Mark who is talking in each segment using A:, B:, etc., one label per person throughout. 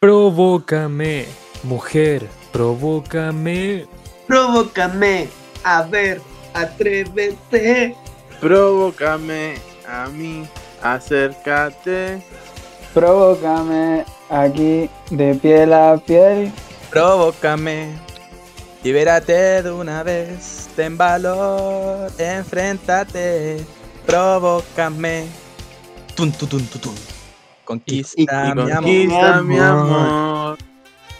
A: Provócame, mujer, provócame.
B: Provócame, a ver, atrévete.
C: Provócame a mí, acércate.
D: Provócame aquí de piel a piel.
E: Provócame, libérate de una vez, ten valor, enfréntate, provócame. Tun, tun, tun, tun, tun. Conquista,
C: Y
E: mi
C: conquista
E: amor.
C: mi amor.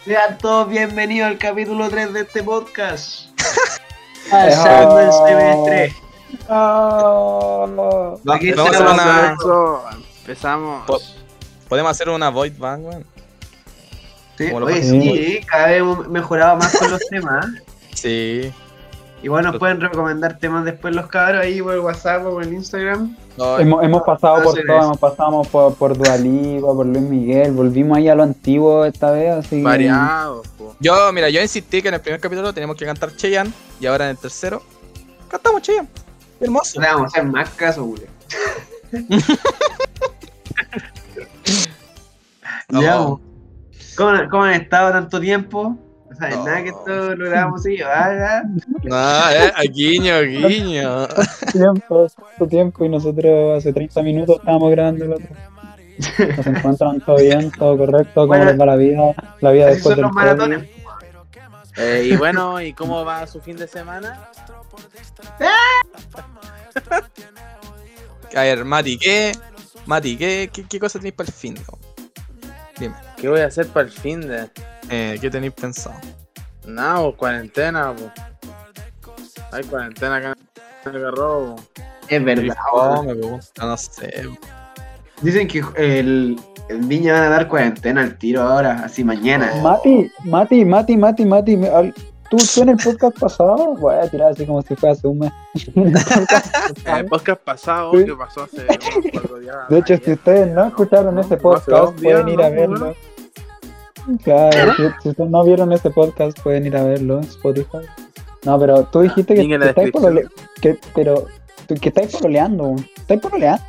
B: Sean todos bienvenidos al capítulo 3 de este podcast.
D: Pasando
B: Pasando el semestre.
D: Oh.
E: Va-
B: Aquí
E: vamos a hacer
B: tenemos
E: una-
C: Eso, Empezamos.
E: Po- Podemos hacer una void bang, weón?
B: Sí,
E: Como lo
B: oye,
D: pasamos.
B: sí, cada vez hemos mejorado más con los temas. ¿eh?
E: Sí.
B: Igual nos pueden recomendar temas después los cabros ahí por el WhatsApp o por el Instagram.
E: No,
D: Hemos, hemos pasado por
B: Entonces-
D: todo, hemos pasado por, por Dualipa, por Luis Miguel, volvimos ahí a lo antiguo esta vez, así que-
C: Variado, po.
E: Yo, mira, yo insistí que en el primer capítulo teníamos que cantar Cheyenne y ahora en el tercero cantamos Cheyenne. Qué hermoso.
B: Le vamos a hacer más caso, Julio. Ya,
E: No.
B: po. ¿Cómo, ¿Cómo han estado tanto tiempo? No sabes
E: No.
B: nada que esto lo grabamos "Ah, seguido, ¿verdad?
E: No, eh, guiño, guiño.
D: tiempo, su tiempo y nosotros hace 30 minutos estábamos grabando el otro. Nos encuentran todo bien, todo correcto, cómo
B: Bueno,
D: les va la vida, la vida
B: Así son
D: después del
B: los
D: COVID.
B: maratones.
C: Eh, y bueno, ¿y cómo va su fin de semana?
E: A ver, Mati, ¿qué? Mati, ¿qué, qué, qué cosa tenéis para el fin? no?
C: ¿Qué voy a hacer para el fin de?
E: Eh, ¿Qué tenéis pensado?
C: No, po, cuarentena, po. Hay cuarentena acá pues. en el garrobo. po.
B: Es verdad.
E: Oh, me gusta, no sé.
B: Dicen que el, en Viña van a dar cuarentena al tiro ahora, así mañana.
D: Mati, Mati, Mati, Mati, Mati, me- al- ¿tú, tú en el podcast pasado, voy a tirar así como si fuera hace un mes. En el podcast
C: En el
D: pasado.
C: Eh, podcast pasado,
D: Sí.
C: que pasó hace unos cuatro días.
D: De hecho, si
B: este-
C: ayer,
D: ustedes no escucharon
C: ¿no?
D: ese
C: No, hace
D: podcast,
C: dos días,
D: pueden ir a
C: ¿no?
D: verlo. Claro, si, si ustedes no vieron ese podcast, pueden ir a verlo en Spotify. No, pero tú dijiste que,
C: link en la
D: que estáis
C: descripción.
D: polole- que, pero, tú- que estáis pololeando, weón. estáis pololeando.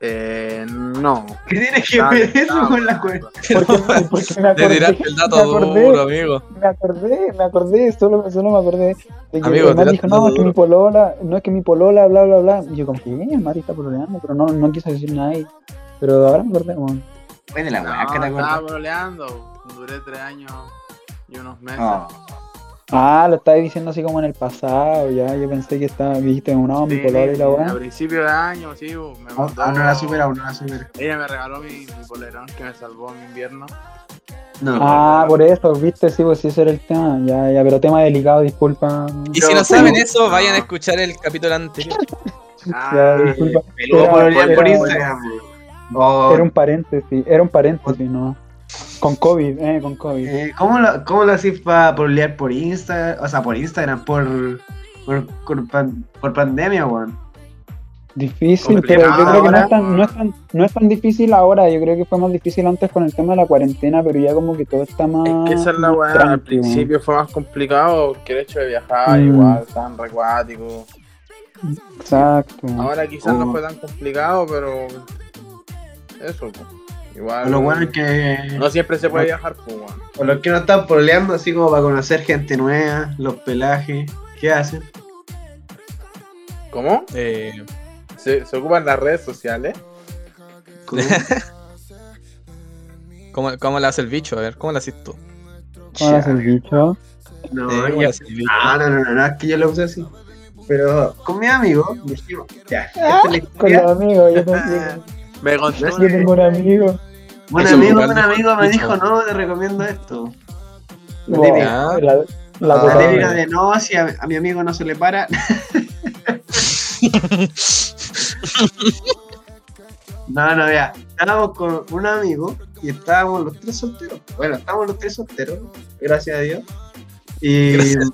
C: Eh, no.
B: ¿Qué tiene que
C: Ah,
B: ver eso
C: ah,
B: con la cuarentena?
D: Porque, porque me
E: Te
D: acordé,
E: tiraste el dato
D: me acordé.
E: duro, amigo.
D: me acordé, me acordé, solo, solo me acordé. De que
E: Amigo,
D: el Mati
E: tiraste
D: dijo,
E: un dato
D: no, es que
E: duro".
D: mi polola, no es que mi polola, bla, bla, bla. Y yo como, que el Mati está pololeando, pero no, no quiso decir nada ahí. Pero ahora me acordé, weón.
B: Bueno, la
C: No,
B: weá que te
C: estaba
B: acordás.
C: broleando. pues. Duré tres años y unos meses.
B: No.
D: Ah, lo estaba diciendo así como en el pasado, ya. Yo pensé que estaba, dijiste, no, mi
C: Sí,
D: polola y la
C: A
D: weá.
C: principio de año, sí, bo, me
B: No,
C: mandó.
B: Ah, no la supera, no la supera.
C: Ella me regaló mi, mi polerón que me salvó mi invierno.
B: No.
D: Ah, por eso, viste, sí, pues sí, ese era el tema. Ya, ya, pero tema delicado, disculpa.
E: Y
B: Yo-
E: si no saben eso,
C: No.
E: vayan a escuchar el capítulo anterior.
D: Ya,
C: Ah,
D: disculpa.
B: Peló por,
C: Era-
B: por
C: era-
B: Instagram. Oh,
D: Era un paréntesis, era un paréntesis, ¿no? Con COVID, eh, con COVID.
B: eh, ¿cómo, lo, ¿Cómo lo hacís para pololear por Instagram? O sea, por Instagram, por, por, por, pan- por pandemia, weón.
D: Difícil,
C: Complicado
D: pero yo creo que no
B: ahora.
D: es, tan, no, es tan, no es tan difícil ahora. Yo creo que fue más difícil antes con el tema de la cuarentena, pero ya como que todo está más.
C: Es que esa es la
D: más
C: weá. Al
D: Ah, tranqui, weón.
C: principio fue más complicado que el hecho de viajar,
D: Mm.
C: igual, tan recuático.
D: Exacto.
C: Ahora quizás
B: Oh.
C: no fue tan complicado, pero. Eso, po. Igual.
B: Lo bueno es que.
C: Ah, No siempre se puede viajar, pues, weón.
B: Por los que no están pololeando, así como para conocer gente nueva, los pelajes, ¿qué hacen?
C: ¿Cómo?
E: Eh,
C: Se, se ocupan las redes sociales.
B: Como-
E: ¿cómo, ¿Cómo le hace el bicho? A ver, ¿cómo le haces tú?
D: Ahora es el bicho.
B: No,
E: Eh, ¿cómo le
B: yo-
E: hace el bicho?
B: Ah, no, no, no, no, es que yo lo usé así. Pero con mi amigo dijimos, ya, esta es la
D: Con
B: historia.
D: los amigos. Yo tengo,
C: Me contó.
D: yo tengo un amigo.
B: Un
E: Eso,
B: amigo,
E: igual
B: un
E: de-
B: amigo me
E: mucho.
B: dijo, no, te recomiendo esto. La
D: Wow,
B: típica,
E: Ah.
D: la- la
E: Ah,
B: la
D: total.
B: típica de no, si a, a mi amigo no se le para. no, no, ya. Estábamos con un amigo y estábamos los tres solteros. Bueno, estábamos los tres solteros, gracias a Dios. Y,
E: Gracias.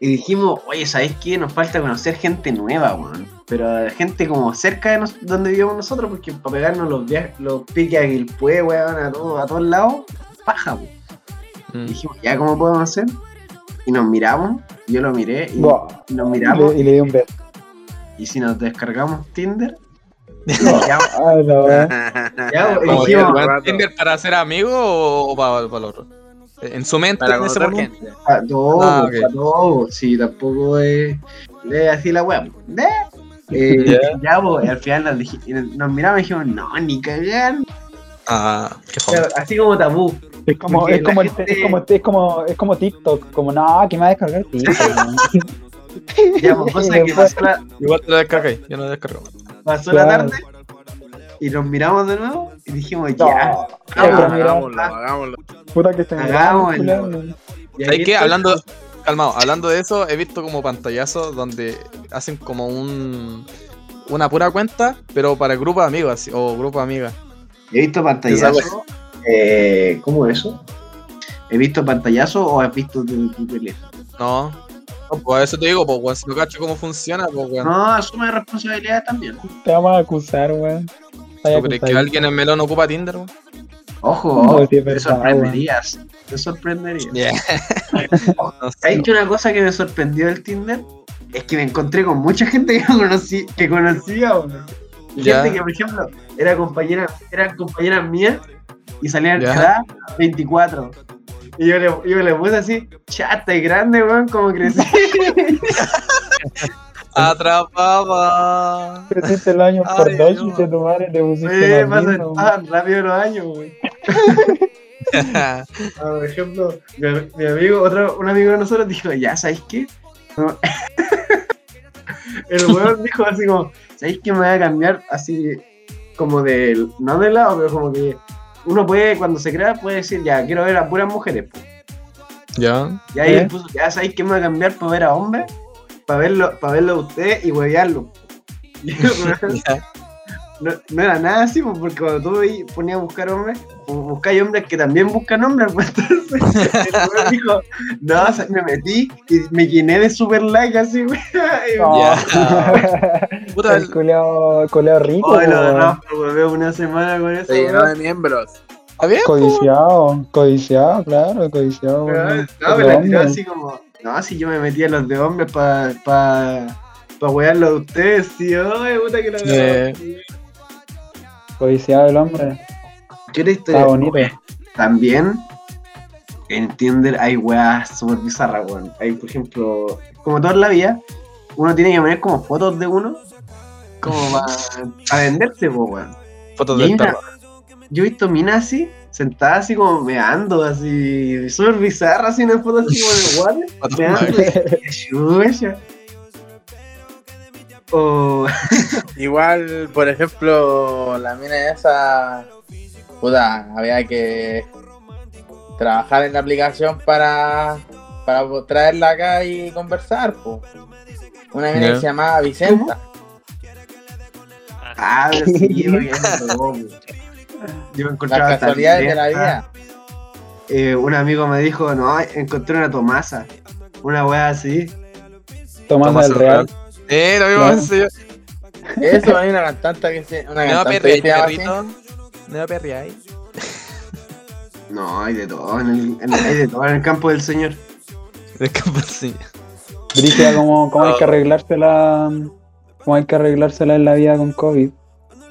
B: y dijimos, oye, ¿sabéis qué? Nos falta conocer gente nueva, weón. Pero gente como cerca de nos- donde vivimos nosotros, porque para pegarnos los, via- los piques a Guilpue, weón, a, todo- a todos lados, paja, weón. Y
E: Mm.
B: dijimos, ¿ya cómo podemos hacer? Y nos miramos, yo lo miré, y
D: Wow.
B: nos
D: Y
B: miramos,
D: le, y le di un beso.
B: y si nos descargamos Tinder, Ya,
D: Ah, la weá.
B: ya,
C: Como
E: Como
C: que
B: elegimos,
E: que el
C: rato.
E: Tinder para ser amigo o, o para, para el otro? En su mente,
C: Para
E: en ese
C: conocer
E: momento.
C: gente.
B: Pa' todo,
E: Ah, ok.
B: pa' todo. Sí, tampoco es, es así la web. Ya, po, y al final nos, dij- nos miramos y dijimos, no, ni cagar.
E: Ah, qué
B: O sea,
E: joder.
B: así como tabú.
D: Es como,
B: Porque
D: es como,
B: la
D: el te-
B: gente-
D: es como, es como, es como TikTok, como no, que me va a descargar TikTok.
B: Ya, po, cosa que pasó la,
E: Igual te lo descargué, yo no lo descargo.
B: pasó la
D: Claro.
B: tarde y nos miramos de nuevo y dijimos,
D: No,
B: ya.
D: pero
B: vamos,
D: mira,
C: Ah, hagámoslo, hagámoslo.
D: puta que se me
B: Hagámoslo.
D: culiao.
B: Y ahí
E: ¿Sabes qué?
B: estoy-
E: Hablando, calmado, hablando de eso, he visto como pantallazos donde hacen como un una pura cuenta, pero para grupo de amigos así, o grupo de amigas.
B: He visto pantallazos. Eh, ¿Cómo es eso? ¿He visto pantallazos o has visto tu, tu teléfono?
E: No. no pues eso te digo, pues weón, si no cacho cómo funciona, pues weón.
B: No, asume responsabilidad también.
D: Te vamos a acusar, weón.
E: ¿Tú crees que alguien en Melón ocupa Tinder, weón?
B: Ojo,
D: No, sí,
B: te
D: es verdad,
B: sorprenderías. Te sorprenderías.
E: Pues, No sé.
B: ¿Sabes que una cosa que me sorprendió del Tinder? Es que me encontré con mucha gente que, conocí, que conocía. weón.
E: Ya.
B: Gente que, por ejemplo, era compañera, eran compañeras mías y salían
E: Ya.
B: cada 24. Y yo le, yo le puse así, chata y grande, weón, como crecí.
E: Atrapada.
D: Creciste el año
E: Ay,
D: por dos
E: no.
D: y te tu madre te pusiste
B: Eh,
D: lo
B: pasan
D: mismo, weón.
B: tan rápido los años, weón. Ah, por ejemplo, mi, mi amigo, otro, un amigo de nosotros dijo, ya, ¿sabéis qué? No. El weón dijo así como, ¿sabéis qué? Me voy a cambiar así como del, no del lado, pero como que uno puede, cuando se crea, puede decir, ya, quiero ver a puras mujeres. po".
E: ya.
B: Y ahí
D: ¿Eh?
B: él puso, ya, ¿sabéis qué? Me voy a cambiar para ver a hombres, para verlo, para verlo a usted y huevearlo. Y el weón No, no era nada así, po, porque cuando tú veí- ponías a buscar hombres, bu- buscáis hombres que también buscan hombres, pues, entonces el weón dijo, no, o sea, me metí y me llené de super like así, güey. Y-
D: No.
E: Ya. Puta,
D: El culiao, el culiao rico,
B: Oh, lo
D: weón.
B: agarramos, güey, veo una semana con eso.
C: Se
B: güey.
C: llenó de miembros.
E: ¿está bien? pues?
D: Codiciado, codiciado, claro, codiciado, weón.
B: Ah, No, me
D: Pero
B: la tiró
D: hombre,
B: así como, no, si yo me metía a los de hombres para pa, pa wearlo a ustedes, tío, ay, puta que la
E: Sí.
B: cagamos.
D: Codiciado el hombre.
B: Yo la historia-
D: Está bonito.
B: también en Tinder hay weas súper bizarras, weón. Hay, por ejemplo, como toda la vida, uno tiene que poner como fotos de uno como para venderse, po, weón.
E: Fotos
B: Y hay
E: del
B: una-
E: perro.
B: Yo he visto minas así, sentadas así como meando, así, súper bizarra, así una foto así como de
E: What the
B: guate, meando, y chucha. O,
C: Igual, por ejemplo, la mina esa. Puta, había que trabajar en la aplicación para, para po- traerla acá y conversar, po. Una mina
E: Ya.
C: que se llamaba Vicenta.
B: ah, pero sí, porque es un robot, weón. Yo me
C: Las
B: encontraba hasta
C: casualidades de la
B: lenta.
C: vida.
B: eh, un amigo me dijo, no, encontré una Tomasa. Una wea así.
D: Tomás del Real.
E: Eh, lo mismo
D: No.
E: pensé yo.
C: Eso, hay una cantante que se. Una
E: No
C: cantante que se
E: perreáis,
C: llama así.
E: perrito. No perreáis.
B: No, hay de todo en el, en el- hay de todo en el campo del señor.
E: De campo sí.
D: Brígida, como, como hay que arreglársela. Como hay que arreglársela en la vida con COVID.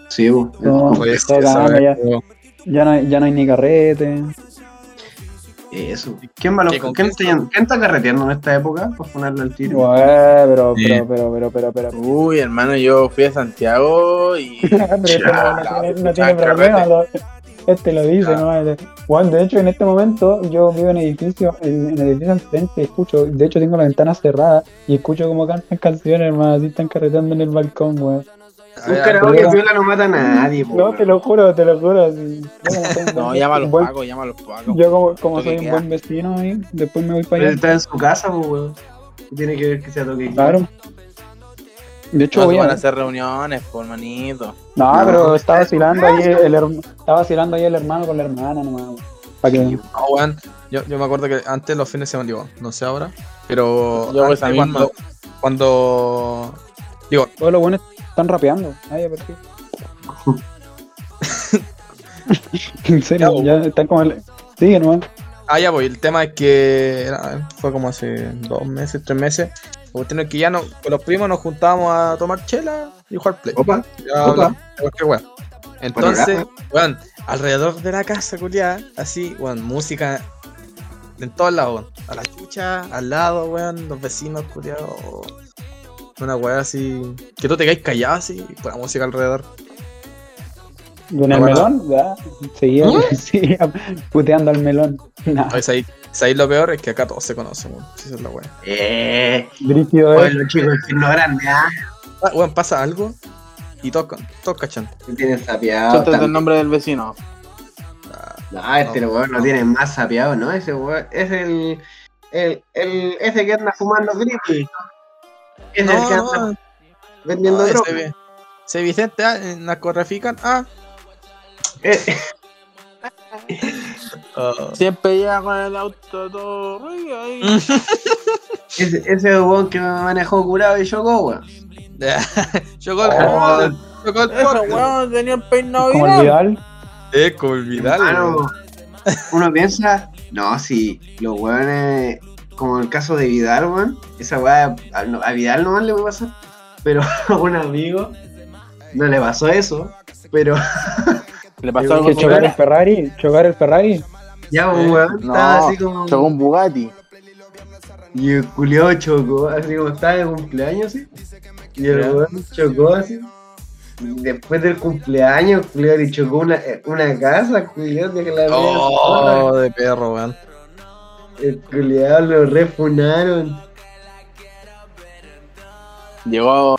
B: Sí, bu.
D: No,
E: Oye,
D: está
E: esa
D: cagando
E: wea,
D: ya. Ya no, hay, ya no hay ni carrete.
B: Eso. ¿Quién, va a los-
E: ¿Qué con
B: quién
E: qué?
B: está, quién está carreteando en esta época? Por ponerle al tiro.
D: Guau, pero,
E: Sí.
D: pero, pero, pero, pero, pero.
C: Uy, hermano, yo fui a Santiago y.
D: Ah, pero este no, no tiene, no tiene
C: Ya,
D: problema.
C: carrete.
D: lo- este lo dice,
C: Ya.
D: ¿no? Este- Juan, de hecho, en este momento yo vivo en edificio, en, en el edificio al frente, escucho, de hecho tengo la ventana cerrada y escucho como cantan canciones, hermano, así están carreteando en el balcón, weón.
B: Un
D: pero
B: karaoke
D: ya.
B: piola no mata a nadie, bu,
D: No,
B: weón.
D: te lo juro, te lo juro. así. Yo como soy un
C: No,
D: buen-
C: llama a los
D: un buen-
C: pacos, llama a los pacos.
D: Yo como, como
C: Lo que
D: soy un
C: queda.
D: buen vecino, ahí, después me voy para
B: Pero
D: allá.
B: está en su casa, bu, weón. ¿Qué Tiene que ver que sea toque.
D: Claro. De hecho,
C: No se
D: voy
C: van a
D: a...
C: hacer reuniones, por manito.
D: No,
B: No,
D: pero está vacilando ahí el, herma- está vacilando ahí el hermano con la hermana nomás. Para que
E: No, weón. Yo, yo me acuerdo que antes los fines de semana, digo, no sé ahora, pero
C: Yo hago
E: antes
C: esa
E: cuando, cuando
D: todos los buenos están rapeando. Ay, a ver qué. en serio, ya están como el... Sigue nomás.
E: Ah, ya voy. El tema es que era- fue como hace dos meses, tres meses. La cuestión es que ya no, con los primos nos juntábamos a tomar chela y jugar play.
C: Opa,
E: Ya
C: opa.
E: hablamos de cualquier weá. Entonces, weón, alrededor de la casa, culiada, así, weón, música en todos lados, weón. A la chucha, al lado, weón, los vecinos, culiados. Una weá así. Que tú te caes callado así, y la música alrededor.
D: Y en el
E: Bueno.
D: melón, ¿verdad? Seguía, seguía puteando al melón. Nah,
E: A ahí, ¿sabéis lo peor es que acá todos se conocen, weón. Sí, esa es la weá.
B: Eh,
D: brígido, ¿eh?
B: pueblo chico, infierno grande, ¿ah?
E: Ah, weón, pasa algo y todos, con- todos cachan.
B: Te tienen Este sapeado.
C: Suéltate
B: tan-
C: el nombre del vecino.
B: No, este
E: No,
B: weón no
E: no.
B: tiene más sapeado, ¿no? Ese weón es el, el, el. Ese que anda fumando grippy. Es el que
E: No,
B: anda
E: no,
B: vendiendo
E: Ah,
B: droga.
E: ese vi- ese Vicente, ah, eh, narcotrafican, ah.
B: Eh,
E: Oh.
C: Siempre llega con el auto todo ruido ahí.
E: Mm.
B: ese, ese weón que me manejó curado y chocó, weón.
E: Yo gol,
B: Oh,
E: yo gol,
C: Ese weón tenía el peinado
D: Como el
C: viral.
D: Vidal.
E: Eh, como el Vidal,
B: hermano,
E: weón.
B: uno piensa, no, si los weones, como el caso de Vidal, weón, esa weá a, a Vidal nomás le puede pasar, pero a un amigo no le pasó eso, pero
C: Le pasó algo
D: Que
C: con
D: chocar el Ferrari, chocar el Ferrari.
B: ya un
E: Eh,
B: weón
C: no,
B: estaba así como,
C: Chocó un Bugatti.
B: y el culiao chocó, así como estaba de cumpleaños, así, y el
E: Ya.
B: weón chocó así. y Después del cumpleaños, culiao, le chocó una, eh, una casa, culiao, de que la mierda.
E: Oh, de perro, weón.
B: El culiao lo refunaron.
C: Llegó,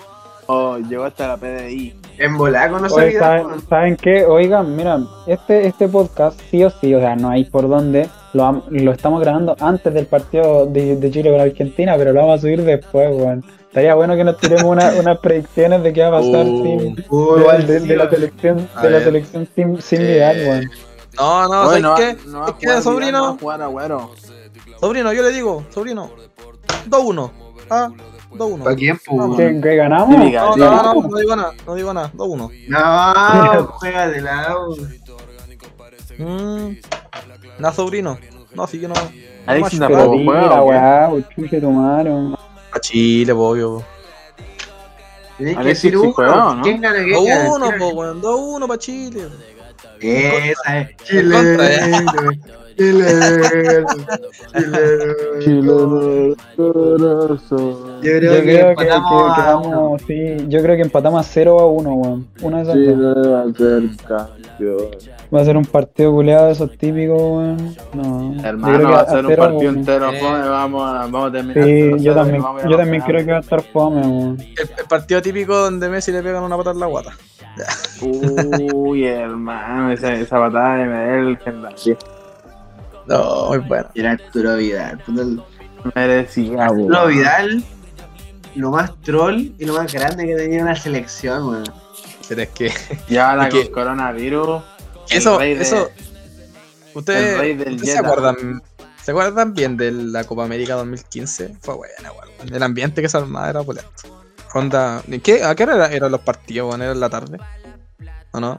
C: oh, llegó hasta la PDI.
B: En volada pues. con
D: Oye, ¿saben, ¿saben qué? Oigan, mira, este, este podcast sí o sí, o sea, no hay por dónde. Lo, am- lo estamos grabando antes del partido de, de Chile con Argentina, pero lo vamos a subir después, weón. Estaría bueno que nos tiremos una- unas predicciones de qué va a pasar
E: Uh,
D: sin, de,
B: Uy,
D: de- de la selección,
E: A
D: de la
E: ver.
D: selección sin, sin
E: Eh,
D: Vidal, weón.
E: No, no,
C: Oye,
E: ¿sabes
C: no va-
E: qué?
C: no va
E: ¿Sabes
C: a
E: qué,
C: jugar Vidal,
E: sobrino?
C: no va a jugar Agüero.
E: Sobrino, yo le digo, sobrino. 2-1. Ah, 2-1.
B: ¿Para quién, pues? po,
E: No,
B: weón?
D: ¿Qué, qué ganamos?
C: Típica,
E: No,
C: típica.
E: no, no, no digo nada, no digo nada, 2-1.
B: No, juega de lado.
E: Mm. Nada, sobrino. No, así que no.
C: Alexis
E: Pero
D: Pero
C: tampoco juega.
D: mira,
C: ¿o qué?
D: weá, chuche tu madre, weón.
E: A Chile, po, obvio, po.
B: Tenés
C: A
B: que
C: ver si
B: decir
C: sí
B: uno.
C: juega o no.
B: ¿Quién gana? ¿Quién gana?
E: 2-1, po, weón. 2-1 para Chile.
B: Esa es
E: Contra,
B: Chile.
E: eh.
B: Chile. Chile. Yo creo
D: Yo
B: que
D: creo que, que- que
B: empatamos a uno.
D: vamos, sí, yo creo que empatamos a 0 a 1, weón. Una de esas dos. Va a ser un partido culeado de esos típicos, weón. No. yo creo
C: Hermano,
D: que
C: va a ser un
D: cero,
C: partido
D: weón.
C: entero.
E: Eh.
C: fome, Vamos a vamos a terminar.
D: Sí,
C: 0-0,
D: yo también,
C: vamos a ir
D: yo
C: a
D: también
C: penales.
D: creo que va a estar fome, weón.
E: El, el partido típico donde Messi le pegan una pata en la guata.
C: Uy, hermano, esa, esa patada de Medel legendaria.
E: No, muy bueno.
B: Era Arturo Vidal. puta el-
E: Ah,
C: Merecía, weón.
B: Arturo Vidal, lo más troll y lo más grande que tenía una selección, weón.
E: Tenés que.
C: Y ahora
E: Y
C: con
E: que-
C: coronavirus. el
E: Eso,
C: rey de-
E: eso.
C: el rey
E: Ustedes.
C: del
E: ustedes se
C: Jedi.
E: acuerdan. ¿Se acuerdan bien de la Copa América 2015? Fue buena, weón. El ambiente que se armaba era polento. Onda. ¿en ¿Qué, ¿A qué hora era- eran los partidos, weón? ¿Era en la tarde? ¿O no?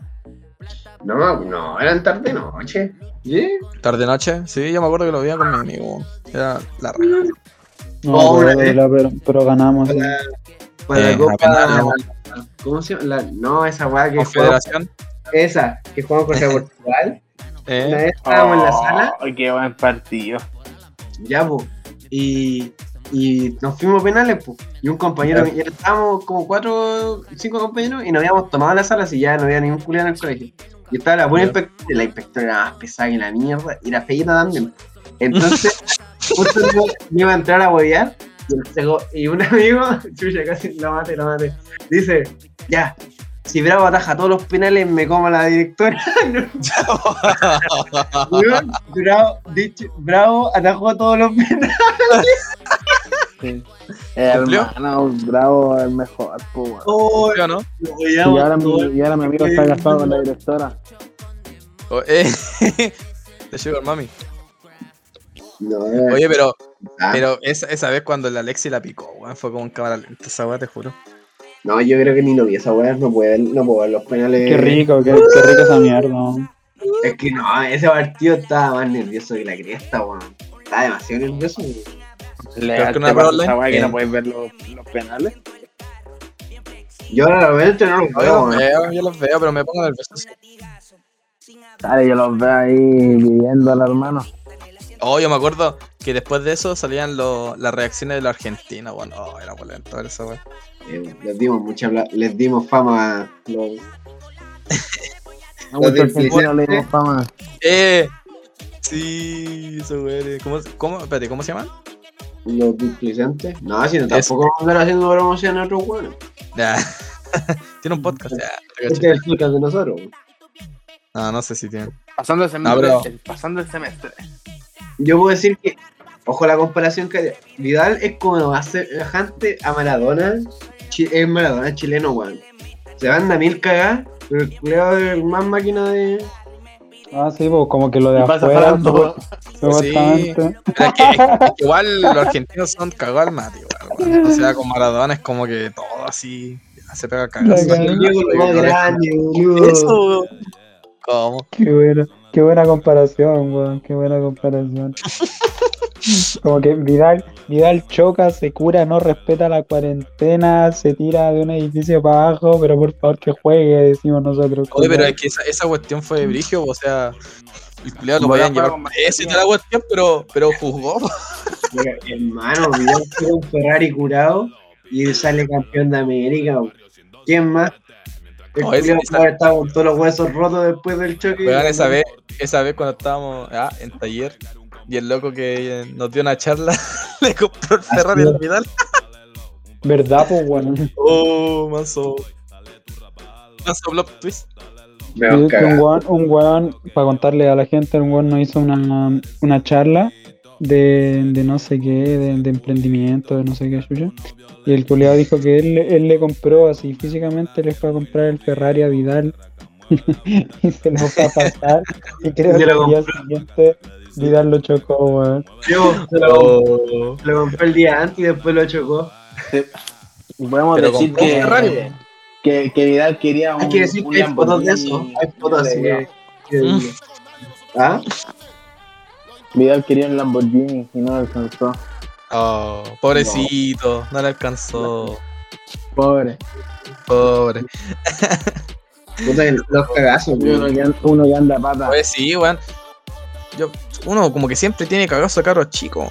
B: No, no, eran tarde noche. ¿Sí?
E: ¿Tarde noche? Sí, yo me acuerdo que lo veía con mi amigo. weón. Era la raja.
D: No,
B: Oh,
D: pero,
B: eh.
D: pero, pero ganamos. sí.
B: Para, para
E: Eh,
B: la Copa.
E: apenas la-
B: ¿Cómo se llama? La- no, esa weá que jugamos,
E: Confederación.
B: esa, que jugamos contra Portugal. Una
E: Eh,
B: vez estábamos en la
C: Oh,
B: sala,
C: Qué buen partido.
B: ya, po, y, y nos fuimos a penales, po. Y un compañero, ya estábamos como cuatro, cinco compañeros, y nos habíamos tomado la sala, si ya no había ningún culiado en el colegio. Y estaba la buena
E: Ya.
B: inspectora, y la inspectora era más pesada que la mierda, y la feita también. Entonces, justo yo yo iba a entrar a huevear, y, el cego- y un amigo, chucha, casi la mate, la mate, dice, ya, si Bravo ataja todos los penales, me como la directora. Weón, Bravo, dicho- Bravo atajó todos los penales.
E: ¿Cumplió?
C: Hermano, bravo, el mejor. po, weón.
E: ¿sí o no?
B: Lo
C: Y
B: odiamos
C: ahora,
B: todos.
C: mi, y ahora mi amigo está casado con la directora.
E: O- eh, Te llevo al mami.
B: No,
E: Oye, pero,
B: Ah.
E: pero esa, esa vez cuando la Alexi la picó, weón, fue como un cámara lenta esa weá, te juro.
B: no, yo creo que ni lo vi esa weá, no puedo, no puedo ver los penales.
D: Qué rico, qué, qué rico esa mierda. weón.
B: Es que no, ese partido estaba más nervioso que la cresta, weón. Estaba demasiado nervioso. weón.
C: Le
E: Creo que
C: te
E: no hay
C: pasa
E: problema.
C: esa weá que
E: Eh.
C: no podéis ver los, los penales.
B: Yo realmente no los
E: No, yo
B: veo,
E: los
B: weón.
E: veo, yo los veo, pero me pongo nervioso. así.
C: Dale, yo los veo ahí viviéndola, hermano.
E: Oh, yo me acuerdo que después de eso salían lo- las reacciones de los argentinos, bueno, oh, era polento eso, weón.
B: Eh, les dimos mucha bla- les dimos fama a los,
C: No, mucho
B: del fútbol,
C: le
B: ¿eh?
C: dimos fama.
E: ¡Eh! Sí, eso, weón. ¿Cómo, cómo, espérate, ¿cómo se llaman?
B: los displicentes. No, si no, tampoco vamos a andar haciendo promoción a otros weones.
E: Ya. Tiene un podcast, ya. te cacho.
B: Este es el podcast de nosotros, weón.
E: No, no sé si tienen.
C: Pasando el semestre.
E: No,
C: pasando el semestre.
B: Yo puedo decir que, ojo la comparación que Vidal es como más semejante a Maradona, chi- es Maradona chileno, weón. Se van a mil cagadas, pero el culiao es el más máquina de.
D: Ah, sí, pues como que lo de
C: Y pasa
D: afuera,
C: parando.
D: supuestamente.
E: Pero es que- es que igual los argentinos son cagados al mate, igual, weón. O sea, con Maradona es como que todo así ya se pega el cagazo.
D: Ya, ya.
B: El Diego es el más grande, boludo.
E: Eso, weón. ¿Cómo?
D: Qué buena, qué buena comparación, weón, qué buena comparación. Como que Vidal, Vidal choca, se cura, no respeta la cuarentena, se tira de un edificio para abajo, pero por favor que juegue, decimos nosotros.
E: Oye, pero es que esa, esa cuestión fue de brigio, o sea, el culiado lo
C: Como
E: podían
C: la
E: llevar
C: juega con
E: ese y toda la cuestión, pero, pero jugó. po.
B: Mira, Hermano, Vidal tiene un Ferrari curado y sale campeón de América, weón. ¿Quién más? El
E: No, ese-
B: culiao
E: esa-
B: puede estar con todos los huesos rotos después del choque.
E: Weón, esa vez, esa vez cuando estábamos ah, en taller y el loco que eh, nos dio una charla le compró el Ferrari
D: es.
E: al final.
D: ¿Verdad, pues, weón?
E: Oh, manso. Manso plot twist.
B: Me
D: Yo-
B: van
D: Un
B: cagando.
D: weón, un weón, para contarle a la gente, un weón nos hizo una, una charla de, de no sé qué, de, de emprendimiento, de no sé qué chucha. Y el culiado dijo que él, él le compró así físicamente, le fue a comprar el Ferrari a Vidal y se lo fue a pasar. Y creo
B: Se
D: que
B: lo
D: el día siguiente Vidal lo chocó, weón.
B: Yo se
E: Oh.
B: lo, lo compré el día antes y después lo chocó.
C: Podemos
E: Pero
C: decir
E: compró un Ferrari,
C: que,
E: weón.
C: que, que Vidal quería un
B: Hay que decir
C: un
B: que hay fotos de eso.
C: Lamborghini.
B: Hay fotos así que.
E: Mm.
B: que- ¿Ah?
C: Vidal quería un Lamborghini y no lo alcanzó.
E: Oh, pobrecito, no le alcanzó.
C: Pobre.
E: Pobre.
B: Puta, que los cagazos,
C: Uno
B: weón.
C: que, an- uno que anda a pata.
E: Oye, Pues sí, weón. Yo, uno como que siempre tiene cagazo a carros chicos.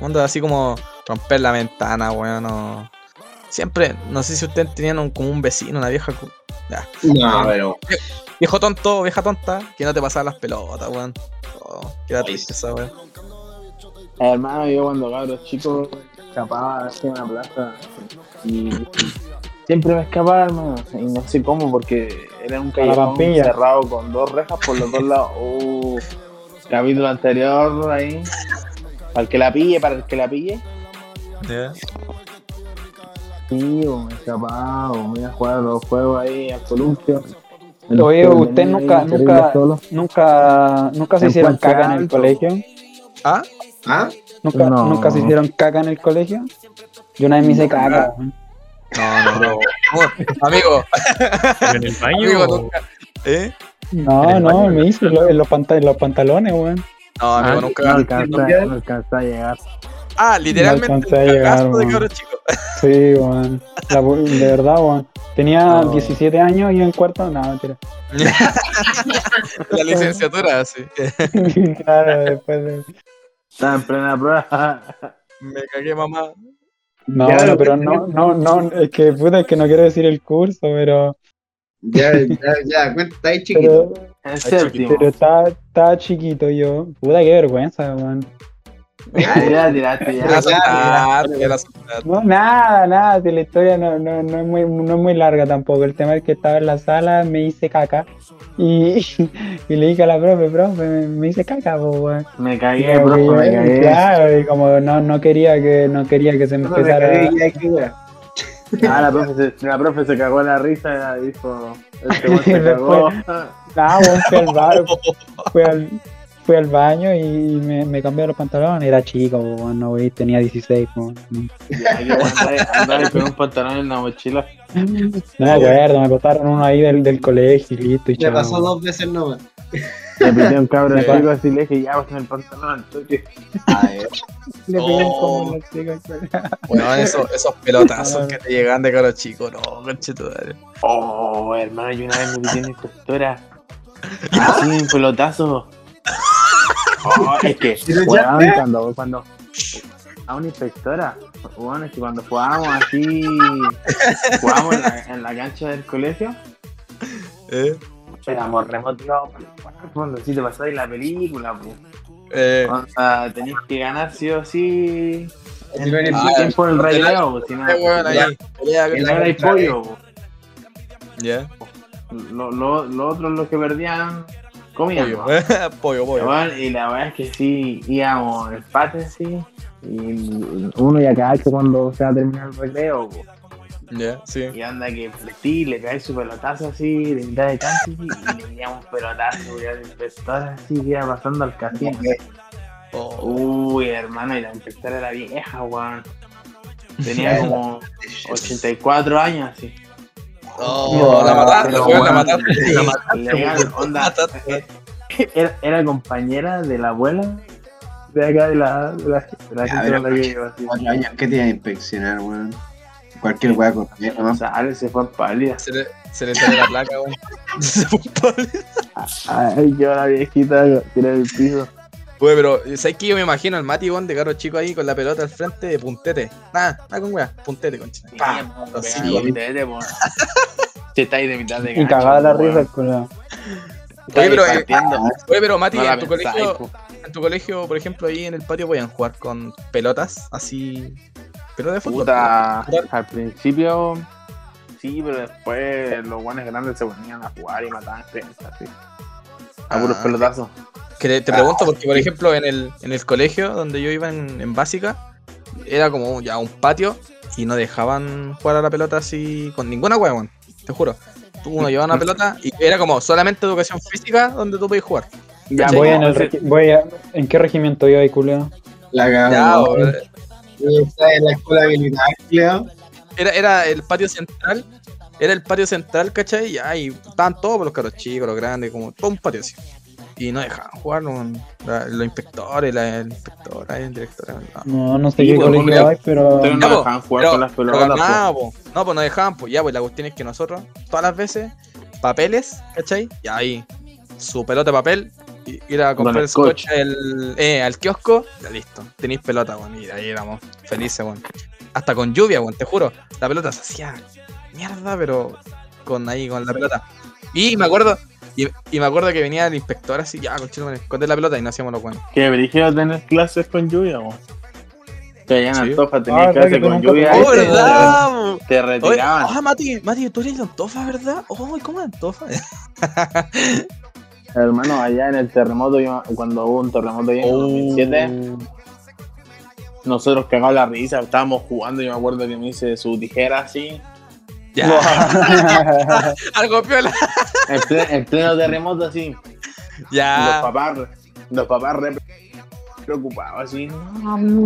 E: Onda así como romper la ventana, weón. o- Siempre, no sé si ustedes tenían un, como un vecino, una vieja. cu- ya,
B: No, pero.
E: Viejo tonto, vieja tonta, que no te pasaba las pelotas, weón. Oh, qué da tristeza, weón.
C: Hermano, yo cuando cabros chicos escapaba hacia una plaza y siempre me escapaba, hermano. Y no sé cómo, porque era un callejón
D: Pampilla.
C: cerrado con dos rejas por los dos lados. Uh, capítulo anterior ahí. Para el que la pille, para el que la pille. Sí, o me escapaba, o me iba a jugar a los juegos ahí al columpio.
D: Oye,
C: Pero
D: ¿usted
C: venía
D: nunca-
C: ahí, terrible
D: nunca-
C: solo.
D: Nunca, nunca se
C: En
D: hicieron
C: Puente
D: caca en el
C: Alto.
D: colegio.
E: ¿Ah?
B: ¿Ah?
D: ¿Nunca,
C: No.
D: nunca se hicieron caca en el colegio. Yo una vez me hice
B: Ah.
D: caca. weón.
E: No, no, no. Bueno, amigo,
A: Pero en el
E: amigo,
A: baño.
E: nunca. ¿Eh?
A: ¿En
D: No,
A: el
D: no,
A: baño?
D: me hice lo- en los, panta- en los pantalones, weón.
E: No, amigo,
C: Ah,
E: nunca.
C: no alcanza,
B: nunca.
C: no alcanza a llegar.
E: Ah, literalmente un
D: alcancé a llegar,
E: cagazo de
D: weón.
E: cabros chicos.
D: Sí, weón. La bu- de verdad, weón. Tenía
E: No.
D: 17 años y en cuarto, no, mentira.
E: La licenciatura, sí.
D: claro, después de...
C: Estaba en plena prueba.
E: Me cagué, mamá.
D: No,
B: Ya,
D: no,
B: lo
D: pero
B: que-
D: no, no, no, es que puta, es que no quiero decir el curso, pero,
B: Ya, ya, ya, cuenta ahí, chiquito.
D: pero,
C: El séptimo.
D: pero estaba, estaba chiquito yo. Puta, qué vergüenza, weón.
C: Ya, ya tiraste, ya.
E: Era soltar, era soltar.
D: No, nada, nada, si la historia no, no, no, es muy, no es muy larga tampoco. El tema es que estaba en la sala, me hice caca y, y le dije a la profe, profe, me, me hice caca, po, weón.
C: Me
D: Y
C: cagué,
D: como que
C: profe,
D: yo-
C: me cagué.
D: Claro, y como no, no quería que no quería que se me
B: No, me
D: empezara.
B: cagué, ya, qué wea.
C: Ah, la profe, se, la profe se cagó en la risa y dijo, este güey se cagó.
D: Después- No, weón, Ah, fui al bar, fui al, fui al baño y, y me, me cambié los pantalones. Era chico, po, weón, no, weón, tenía 16, po.
C: Ya, que andaba- andaba con un pantalón en la mochila.
D: No me acuerdo, me botaron uno ahí del, del colegio y listo. Y
B: Me
D: chao,
B: pasó
D: weón.
B: dos veces nomás.
C: Le pedí a un cabrón chico así le dije, ya en el pantalón. entonces,
B: A ver.
D: Le pegan como
E: Oh.
D: los chicos.
E: Bueno, esos, esos pelotazos que te llegan de caro chico, no, conchetumare.
C: Oh, hermano, yo una vez me pillé una inspectora. Así un pelotazo. Oh, es que, weón, cuando, cuando a una inspectora, weón, es que cuando jugábamos así, jugábamos en la, en la cancha del colegio,
E: Eh,
C: éramos remotivados por el fondo, si te pasáis la película, pues.
E: eh,
C: Onda, tenéis que ganar sí o sí. En,
F: nivel
C: en
E: es-
C: tiempo del
E: Ah,
C: relevo, pues, si no,
E: eh, weón, ahí, pelea
C: si
E: con
C: no
E: la
C: erais
E: contra,
C: pollo, pues.
E: Ya,
C: Lo- lo- Los otros, los que perdían, comían.
E: pollo, eh.
C: ¿no?
E: pollo, pollo.
C: Igual, y la verdad es que sí, íbamos al empate, sí. Y uno ya cacho cuando se va a terminar el recreo, po.
E: Ya, sí.
C: y anda que sí, le cae su pelotazo así, de mitad de cancha, y y le pillamos un pelotazo, y la inspectora así, que iba pasando al casino.
E: Oh,
C: Uy, hermano, y la inspectora era vieja, weón. Tenía como 84 años, así.
E: oh, la mataste,
C: Pero,
E: weón, la
C: weón,
E: mataste. La
C: Legal, onda.
E: mataste.
C: Era, era compañera de la abuela de acá de la, de la, de la
B: Ya,
C: gente con
B: pero-
C: la que iba, así.
B: Cuatro años, ¿qué te iba a inspeccionar, weón? Cualquier weá con
C: O sea, Ale se fue en pálida.
E: Se le, se le salió la placa, weón. Se fue un palo.
C: Ay, yo la viejita tirar el piso.
E: Güey, pero ¿sabes que yo me imagino al Mati weón, de caro chico ahí con la pelota al frente de puntete? Nada, nada con weá, puntete, concha.
C: ¡Pam!
E: Así,
C: Pegado
E: weón.
C: en tele, po. Te estáis de mitad de
D: Y cagada la
C: po,
D: risa
C: weón.
D: el culo.
C: Estáis
E: Oye, pero, eh,
C: partiendo.
E: Güey, pero Mati,
C: No la
E: en, tu
C: pensáis,
E: colegio,
C: po.
E: en tu colegio, por ejemplo, ahí en el patio podían jugar con pelotas así. Pelotas de fútbol.
C: Puta,
E: fútbol.
C: al principio sí, pero después los guanes grandes se ponían a jugar y mataban gente así. A puros
E: Ah.
C: pelotazos.
E: Que te- te pregunto porque, por ejemplo, en el, en el colegio donde yo iba en, en básica, era como ya un patio y no dejaban jugar a la pelota así con ninguna hueá, weón, te juro. Tú, Uno llevaba una pelota y era como solamente educación física donde tú podías jugar.
C: Ya,
D: voy
C: po,
D: en el
C: ese-
D: regi- voy a- ¿En qué regimiento iba ahí, culo?
B: La
E: Ya,
B: cagada.
E: weón.
B: Está en la escuela militar, Cleo.
E: era, era el patio central. Era el patio central, ¿cachai? Y ahí estaban todos por los caros chicos, los grandes, como todo un patio así. Y no dejaban jugar weón. La- los inspectores, la, la inspectora, el director. No.
D: No, no sé
E: Sí,
D: qué
E: pues,
D: colegio
E: culiao.
D: hay, pero.
C: Ustedes
E: Ya,
C: no
E: po,
C: dejaban jugar
E: pero-
C: con las
E: Pero
C: pelotas. po.
E: nada, po. No, pues no dejaban, pues ya, pues la cuestión es que nosotros, todas las veces, papeles, ¿cachai? Y ahí, su pelota de papel, y ir a comprar
C: Don
E: el scotch
C: Scotch.
E: al- eh, al kiosco, ya listo, tenéis pelota, weón, y ahí éramos felices, weón. Hasta con lluvia, weón, te juro, la pelota se hacía mierda, pero con ahí, con la pelota. Y me acuerdo, y, y me acuerdo que venía el inspector así, ya, conchito, me esconde la pelota y no hacíamos lo bueno.
C: Que brígido tener clases con lluvia, po. Que allá en
E: Sí.
C: Antofa
D: Ah,
C: tenía
D: verdad que
C: clases
D: tú
C: con
D: nunca
C: lluvia.
D: tuviste.
E: ¡Oh,
C: y te-
E: verdad! po!
C: Te
E: Oye,
C: retiraban.
E: ah, Mati, Mati, tú eres de Antofa, ¿verdad? Oh, ¿cómo de Antofa?
C: Hermano, allá en el terremoto, yo- cuando hubo un terremoto allá en
E: Oh.
C: el 2007, nosotros cagamos la risa, estábamos jugando, yo me acuerdo que me hice su tijera así.
E: Ya. Algo piola.
C: En, ple- en pleno terremoto así. Y Los
E: Ya.
C: papás, los papás re preocupados así. ¿no?
B: En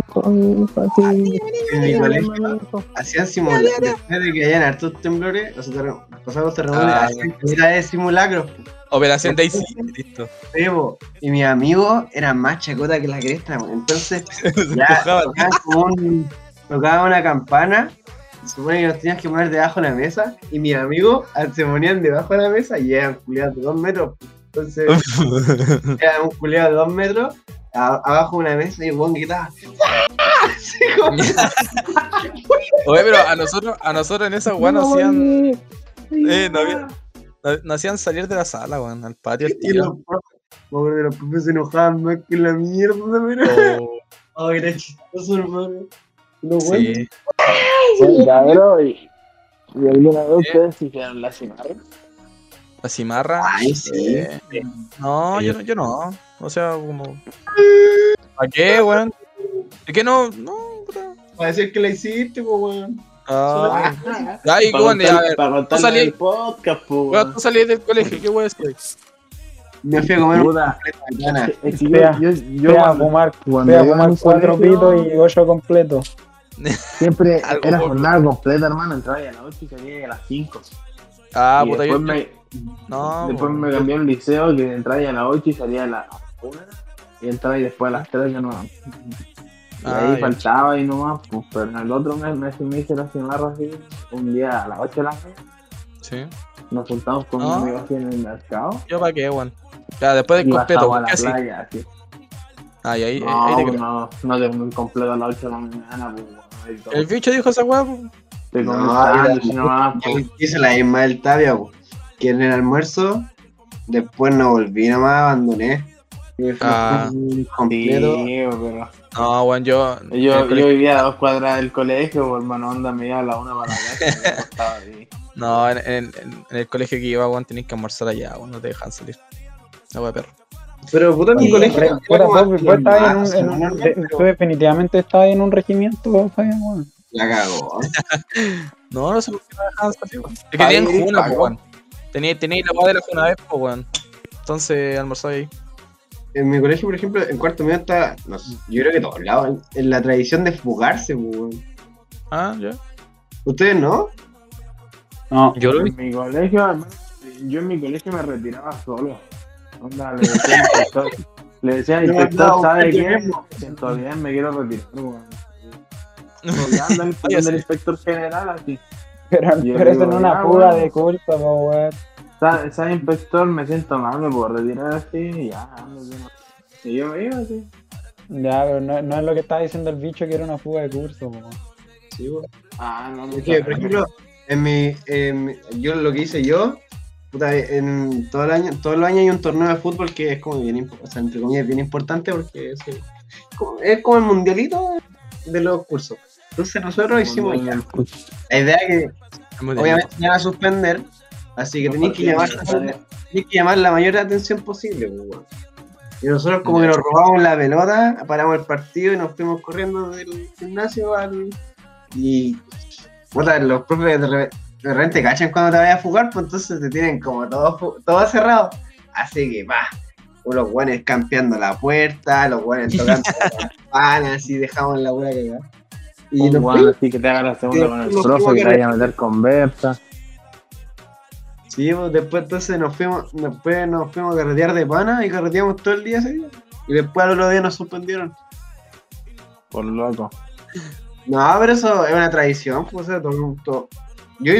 B: mi colegio hacían simulacros. Después de que hayan hartos temblores, o sea, terrem- pasados los terremotos,
E: Ah,
B: hacían caleta de simulacros. po.
E: Operación Daisy. Listo.
B: Sí, po. Y mis amigos eran más chacota que la cresta, po. entonces
E: Se
B: ya
E: empujaban.
B: tocaban, como un- tocaban una campana. Se supone que los tenías que poner debajo de la mesa. Y mis amigos ah, se ponían debajo de la mesa y eran culiados de dos metros. po. Entonces, era un culiado de dos metros, a- abajo de una mesa y el weón gritaba. Así como-
E: Oye, pero a nosotros, a nosotros en esa weá nos hacían, Eh, no había- nos- nos hacían salir de la sala, weón, al patio, al
B: Y "Este los
E: tiro.
B: profes, me acuerdo que los profes se enojaban más que la mierda, pero.
E: Oh,
B: Ay, era chistoso, hermano. No, bueno.
E: sí.
C: Ya, pero, y, y alguna vez ustedes hicieron la cimarra.
E: La cimarra.
B: Ay, sí.
E: eh, no, yo, no- yo no. O sea, como. ¿Para qué, weón? Es que no, no, puta.
B: Para decir que la hiciste, pues, weón.
E: Ah,
C: Para
E: Ay, weón, ya, a
C: contar-
E: ver.
C: para contarle
E: salí-
C: el podcast, pues, po,
E: Weón, tú salís del colegio, ¿qué weón es?
B: Me fui a comer un banana.
C: Es que
D: Vea,
C: yo, yo, yo
D: vea,
C: cuando-
D: fumar,
C: cuando
D: voy a
C: iba
D: fumar
C: al
D: cuatro
C: colegio,
D: pitos y ocho completos.
C: Siempre
E: Algo
C: era
E: por-
C: jornada completa, hermano. Entraba a las 8 y salía a las 5.
E: Ah,
C: y
E: puta,
C: después
E: yo.
C: me,
E: No,
C: Después me cambié a un liceo que entraba a las 8 y salía a las 1. Y entraba y después a las 3 de nuevo. Y ahí
E: Ay.
C: faltaba y nomás, pues, pero en el otro mes me, me hice la cimarra así, un día a las 8 de la noche,
E: sí.
C: nos juntamos con
E: Ah.
C: un amigo así en el mercado
E: Yo pa' qué, weón. Ya, después
C: y
E: del completo,
C: bajamos a la
E: casi.
C: playa, así.
E: Ay, Ah, ahí, ahí
C: No,
E: te
C: pues,
E: creo.
C: no, no te un completo a las 8 de la mañana, pues, weón, ahí todo.
E: El bicho dijo esa weá, pues.
C: te comí
B: No,
C: un
B: era-
C: sándwich nomás,
B: Ya
C: pues.
B: hice la misma del Tapia, po, que en el almuerzo, después no volví, nomás abandoné. Y me fui
E: Ah.
C: Sí,
B: completo.
C: pero
E: No, weón, yo.
C: yo,
E: el colegio-
C: yo vivía a dos cuadras del colegio, pues, hermano, onda, me iba a la una para la casa, y me acostaba ahí.
E: No, en, en- en- en el colegio que iba, weón, tenías que almorzar allá, weón, no te dejan salir. La wea perro.
B: Pero puta, mi
D: Oye,
B: colegio.
D: re-
B: era
D: fuera,
B: como
D: vos- vos estabas en un-
B: más,
D: en un-
B: normalmente,
D: de- tú definitivamente estabas en un regimiento, vos, Fabián, weón.
B: La cagó.
E: No, no sé por qué no dejaban salir, weón. Es que
B: Ahí,
E: tenían juna, pues,
B: pago.
E: weón. Tenía, tenía la weá de la juna vez, pues, weón. Entonces almorzaba ahí.
B: En mi colegio, por ejemplo, en cuarto medio está. no sé, yo creo que todos lados. En, en la tradición de fugarse, po, weón.
E: Ah, ya.
B: ¿Ustedes no?
D: No,
A: Yo lo vi.
C: En mi colegio, hermano, yo en mi colegio me retiraba solo. Onda, le decía al inspector, le decía al
B: No,
C: inspector,
B: no,
C: ¿sabe
B: usted
C: qué?
B: mismo.
C: Me siento bien, me quiero retirar, weón. Porque anda el,
E: Oye,
C: anda el
E: sí.
C: inspector general así.
D: pero,
C: yo
D: pero eso
C: digo,
D: no es
C: ya,
D: una fuga
C: weón.
D: de curso, po, weón.
C: ¿Sabe, sabe, inspector? Me siento mal, me puedo retirar así, y ya, ándate, no. Y yo me iba así.
D: Ya, pero no, no es lo que estaba diciendo el bicho que era una fuga de curso, po.
B: Sí, po.
C: Ah, no, no.
B: Es que, por ejemplo, en mi, en mi- yo lo que hice yo, puta, en todo el año, todo el año hay un torneo de fútbol que es como bien, imp- o sea, entre comillas, bien importante porque es, el- como- es como el mundialito de los cursos. Entonces nosotros hicimos la idea que obviamente se van a suspender, así que tenéis que llamar, tenéis que llamar la mayor atención posible. pues, weón. Y nosotros como que nos robamos la pelota, paramos el partido y nos fuimos corriendo del gimnasio al... Y puta, los profes de, re- de repente cachan cuando te vayas a fugar, pues entonces te tienen como todo, fu- todo cerrado. Así que va. Los guanes campeando la puerta, los guanes tocando las campanas y dejamos la buena cagada. Y
C: Un
B: nos
C: guano
B: fuimos.
C: así que te haga la segunda
B: Sí,
C: con el
B: nos
C: profe
B: fuimos
C: que te
B: a
C: vaya a meter conversa.
B: Sí, pues, después entonces nos fuimos, después nos fuimos a carretear de pana y carreteamos todo el día ese día. Y después al otro día nos suspendieron.
C: Por loco.
B: No, pero eso es una tradición, pues o sea, todo, el mundo- todo- Yo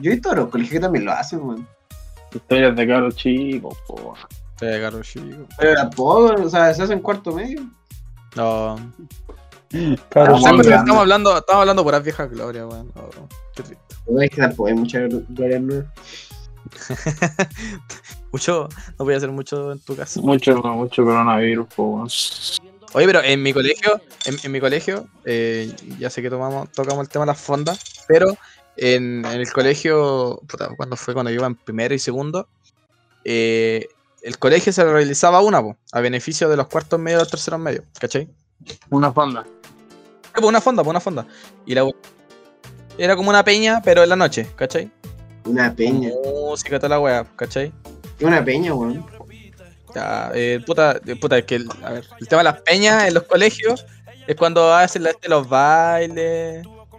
B: yo y todos los colegios que también lo hacen, weón.
C: Historias de cabros chicos, po.
E: Te agarro, chico.
B: Pero tampoco, o sea, se hace en cuarto medio.
E: No.
D: Cabrón,
E: O sea, pero
C: grande.
E: estamos hablando, estamos hablando por las viejas glorias, weón. Oh, qué triste.
B: No es que tampoco hay mucha gloria nueva.
E: Mucho, no voy a hacer mucho en tu caso.
C: Mucho, mucho coronavirus, po. weón.
E: Oye, pero en mi colegio, en, en mi colegio, eh, ya sé que tomamos, tocamos el tema de las fondas, pero en, en el colegio, puta, cuando fue cuando iba en primero y segundo, eh, el colegio se realizaba una, po, a beneficio de los cuartos medios y los terceros medios, ¿cachai?
C: Una fonda.
E: Eh, po, Una fonda, po, una fonda. Y la we- era como una peña, pero en la noche, ¿cachai?
B: Una
E: Con
B: peña.
E: Música, toda la wea, ¿cachai?
B: Es una peña, weón.
E: Ya, eh, puta, eh, puta, es que el, a ver, el tema de las peñas en los colegios es cuando hacen la- este, los bailes,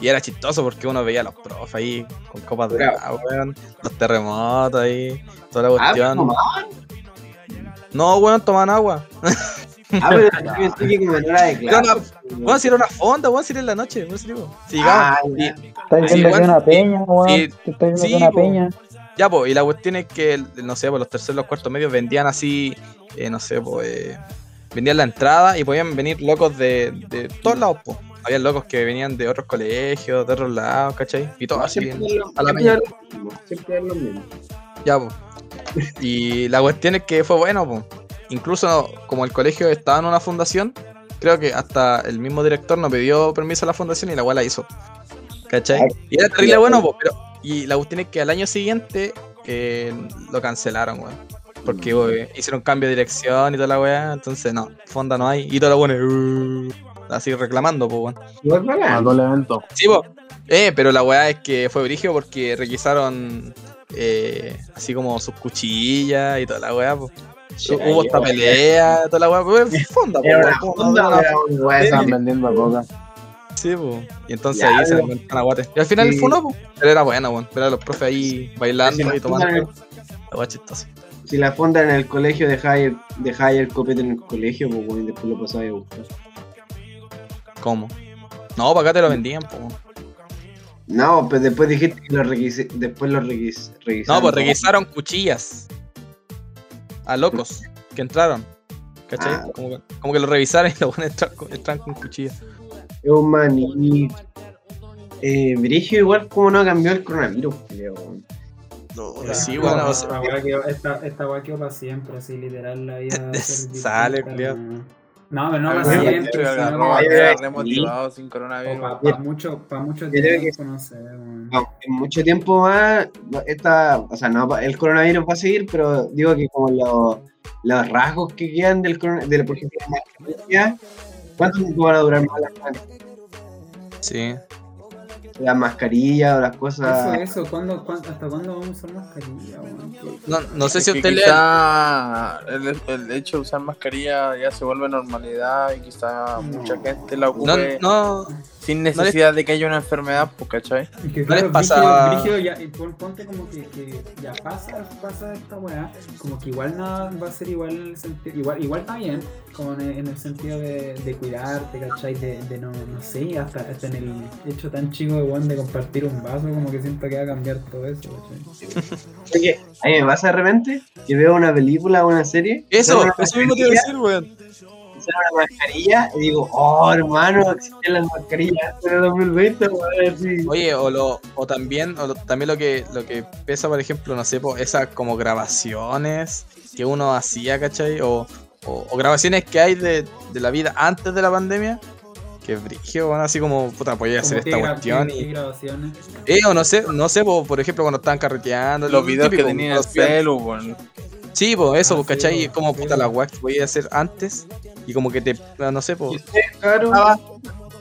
E: Y era chistoso porque uno veía a los profes ahí con copas de
B: Bravo.
E: agua, weón, los terremotos ahí, toda la
B: Ah,
E: cuestión.
B: no,
E: No, weón, toman agua.
B: ah, pero yo pensé que como no era de
E: Era
B: clase.
E: una, weón, si era una fonda, weón, si era en la noche, weón, si digo. Si llegaba.
B: Ah,
E: y-
D: Estás diciendo
E: Sí,
D: que es
E: weón.
D: una peña, weón.
E: Sí,
D: Te estás diciendo
E: sí,
D: que es una
E: po.
D: peña.
E: ya, pues, y la cuestión es que, el- no sé, pues los terceros, los cuartos medios vendían así, eh, no sé, pues, eh, vendían la entrada y podían venir locos de, de todos lados, pues. Había locos que venían de otros colegios, de otros lados, ¿cachai? Y todo así.
B: siempre
E: en-
B: es lo-
E: a la
B: siempre es lo mismo, Siempre es lo mismo.
E: Ya, po. Y la cuestión es que fue bueno, po. Incluso como el colegio estaba en una fundación, creo que hasta el mismo director nos pidió permiso a la fundación y la cual la hizo. ¿Cachai? Y era terrible bueno, po, pero. Y la cuestión es que al año siguiente eh, lo cancelaron, weón. Porque weón, hicieron cambio de dirección y toda la weá, entonces no, fonda no hay. Y toda la weá, así reclamando, pues weón.
B: Igual bacán.
G: Mató el evento.
E: Sí, po. Eh, pero la weá es que fue brigio porque requisaron eh, así como sus cuchillas y toda la weá, po. Hubo esta pelea, toda la weá, pues weón, fonda, po,
B: Era
E: weón,
B: una
E: como
B: funda,
E: una-
B: weón, weón, esa
G: Están vendiendo coca.
E: Sí, po. Y entonces
B: Ya,
E: ahí se
B: pero-
E: levantan aguates. Y al final
B: Sí.
E: fue no, po. Pero era buena, weón. Pero los profes ahí
B: Si
E: bailando
B: la
E: y tomando.
B: fundan en
E: La weá chistosa.
B: Si la fonda en el colegio, dejáis el, dejáis el copete en el colegio, pues weón, y después lo pasáis a buscar.
E: ¿Cómo? No, para acá te lo vendían, po.
B: No, pues después dijiste que lo requise, después lo requis,
E: No,
B: requisaron.
E: pues requisaron cuchillas. A locos que entraron. ¿Cachai?
B: Ah.
E: Como, que, como que lo revisaron y los buenos entran con- entran con cuchillas.
B: Human y. Eh, Brigio igual como no cambió el coronavirus, creo. weón.
E: sí,
B: no,
E: bueno,
B: no,
E: o sea,
H: esta weá quedó- esta, esta weá quedó para siempre, así literal la vida. va a ser distinta,
E: Sale, culiao.
H: weón. No, pero no para
B: Ay,
H: siempre,
C: Yo
H: sino
B: ay,
C: agarró,
B: ay,
C: remotivado sin
H: para
C: coronavirus.
H: mucho, pa mucho
B: creo que-
H: tiempo, no sé, weón.
B: No, en mucho tiempo más, no, esta, o sea, no, va- el coronavirus va a seguir, pero digo que como lo- los rasgos que quedan del coronavirus, del, por ejemplo, la mascarilla, ¿cuánto tiempo van a durar más las,
E: sí.
B: las mascarillas o las
H: Eso,
B: cosas?
H: eso, ¿cuándo, cuándo, hasta cuándo vamos a usar mascarilla, weón?
E: No, no sé si
C: Es que
E: usted le.
C: quizá el, el hecho de usar mascarilla ya se vuelve normalidad y quizá mucha gente la
E: No,
C: ocupe
E: no.
C: sin necesidad de que haya una enfermedad, pues, ¿cachai?
H: Y que,
E: ¿No
H: claro,
E: les pasa-
H: brígido- brígido ya, y pon- ponte como que, que ya pasa, pasa esta weá, como que igual nada va a ser igual en el sentido, igual, igual está bien, como en el, en el sentido de, de cuidarte, ¿cachai? De, de no, no sé, hasta, hasta en el hecho tan chico de weón de compartir un vaso, como que siento que va a cambiar todo eso, ¿cachai?
B: Oye, a mí me pasa de repente que veo una película o una serie,
E: Eso,
B: veo una
E: eso mismo te iba a
B: mascarilla,
E: decir, weón.
B: usan una mascarilla y digo, oh hermano, existen las mascarillas de 2020, weón, así.
E: Oye, o, lo, o también, o lo- también lo que, lo que pesa, por ejemplo, no sé, po, esas como grabaciones que uno hacía, ¿cachai? O, o- o grabaciones que hay de, de la vida antes de la pandemia, que es brigio, bueno, así como, puta, podía hacer
H: Como que
E: esta
H: gra-
E: cuestión
H: que- que
E: y...
H: grabaciones.
E: Eh, o no sé, no sé, po, por ejemplo, cuando estaban carreteando... lo
C: Los videos
E: típico,
C: que tenían en el
E: los videos.
C: celu, weón.
E: Sí, pues eso,
H: Ah,
E: po,
H: sí,
E: ¿cachai?
H: po,
E: como,
H: sí,
E: puta,
H: po.
E: la weá que podía hacer antes y como que te, ah, no sé, po,
B: Claro.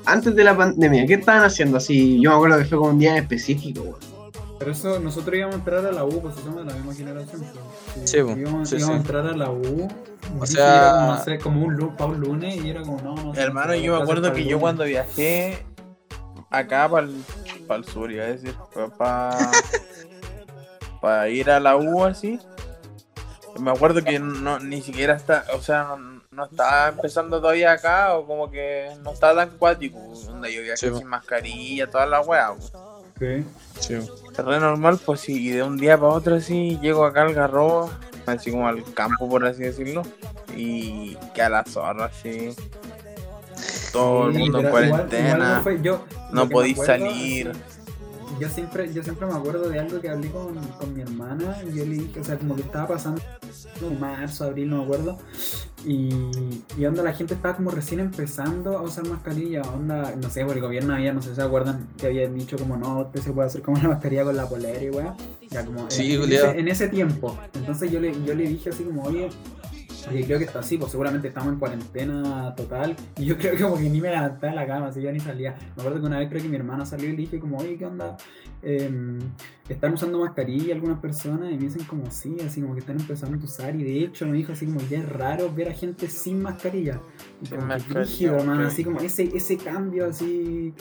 B: Antes de la pandemia, ¿qué estaban haciendo así? Yo me acuerdo que fue como un día en específico, weón.
H: Pero eso, nosotros íbamos a entrar a la U, pues somos de la misma generación. pues.
E: Sí, pues,
H: íbamos,
E: sí, sí.
H: íbamos a entrar a la U.
E: O sea-
H: O sea, era como, no sé, como un lunes, para un lunes y era como, no, no. sé,
C: Hermano,
H: no,
C: yo me
H: clases
C: acuerdo
H: para
C: que
H: el
C: yo
H: lunes.
C: cuando viajé acá para el, sur, iba a decir, para ir a la U así, me acuerdo que no, ni siquiera está, o sea, no, no estaba empezando todavía acá o como que no estaba tan cuático, donde yo viajé
E: Sí, po.
C: sin mascarilla, toda la weá. po.
H: Sí.
E: sí, po.
C: Re normal, pues sí, y de un día para otro así, llego acá al garro, así como al campo, por así decirlo, y que a la zorra, así. Todo el
H: Sí,
C: mundo en
H: pero igual- igual
C: cuarentena,
H: no fue- yo-
C: no
H: lo que
C: podís
H: me acuerdo,
C: salir.
H: Yo siempre, yo siempre me acuerdo de algo que hablé con, con mi hermana y yo le dije, o sea, como que estaba pasando como marzo, abril, no me acuerdo. Y, y onda, la gente estaba como recién empezando a usar mascarilla, onda, no sé, por el gobierno había, no sé si se acuerdan, que habían dicho como no, usted se puede hacer como la mascarilla con la polera y weá. Ya como eh,
E: Sí,
H: en,
E: culiao.
H: ese, en ese tiempo. Entonces yo le, yo le dije así como, oye, oye, creo que está así, pues seguramente estamos en cuarentena total. Y yo creo que como que ni me levantaba de la cama, así yo ni salía. Me acuerdo que una vez creo que mi hermana salió y le dije como, oye, ¿qué onda? Em, están usando mascarilla algunas personas y me dicen como sí, así como que están empezando a usar y de hecho me dijo así como ya es raro ver a gente sin mascarilla. Y
C: Sin
H: como que
C: mascarilla,
H: brígido, hermano,
C: ok.
H: así como ese, ese cambio así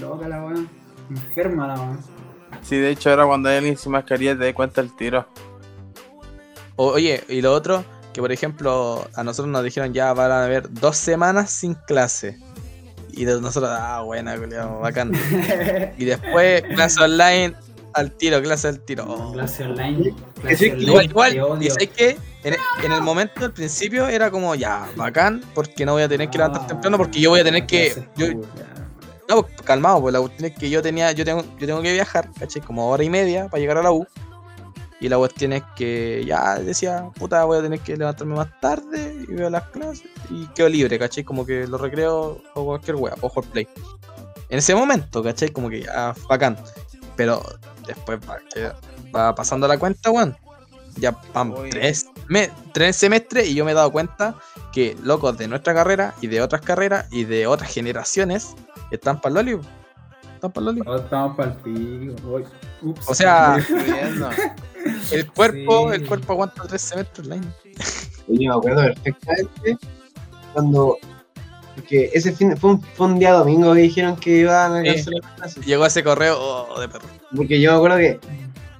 H: loca la weá, enferma la weá.
C: Sí, de hecho, ahora cuando hay alguien sin mascarilla te das cuenta el tiro.
E: O- oye, y lo otro, que por ejemplo, a nosotros nos dijeron ya van a haber dos semanas sin clase. Y de nosotros, ah, buena, culiao, bacán. Y después, clase online, al tiro, clase al tiro. Oh.
H: Clase online. clase
B: sí,
H: online,
E: Igual,
H: te
E: igual, y
H: odio.
E: sabes que en, en el momento, al principio, era como ya, bacán, porque no voy a tener que levantar
H: Ah,
E: temprano, porque yo voy a tener que.
H: Clases
E: yo-
H: públicas.
E: no, pues, calmado, pues la cuestión es que yo tenía, yo tengo, yo tengo que viajar, ¿cachai? Como hora y media para llegar a la U. Y la cuestión es que ya decía, puta, voy a tener que levantarme más tarde y veo las clases y quedo libre, ¿cachai? Como que lo recreo o cualquier wea, o por play. En ese momento, ¿cachai? Como que ya, bacán. Pero después va, que- va pasando la cuenta, weón. Ya van
C: Uy.
E: tres, me- tres semestres y yo me he dado cuenta que locos de nuestra carrera y de otras carreras y de otras generaciones están para Loli. Están para Loli.
H: Todos Oh, estamos para el pico. uy, ups.
E: O sea,
C: Viendo.
E: el cuerpo,
H: Oh, Sí.
E: el cuerpo aguanta tres semestres online.
B: Yo me acuerdo perfectamente cuando. Porque ese fin fue un, fue un día domingo que dijeron que iban a
E: Sí.
B: cancelar las clases.
E: Llegó ese correo oh, de perro.
B: Porque yo me acuerdo que.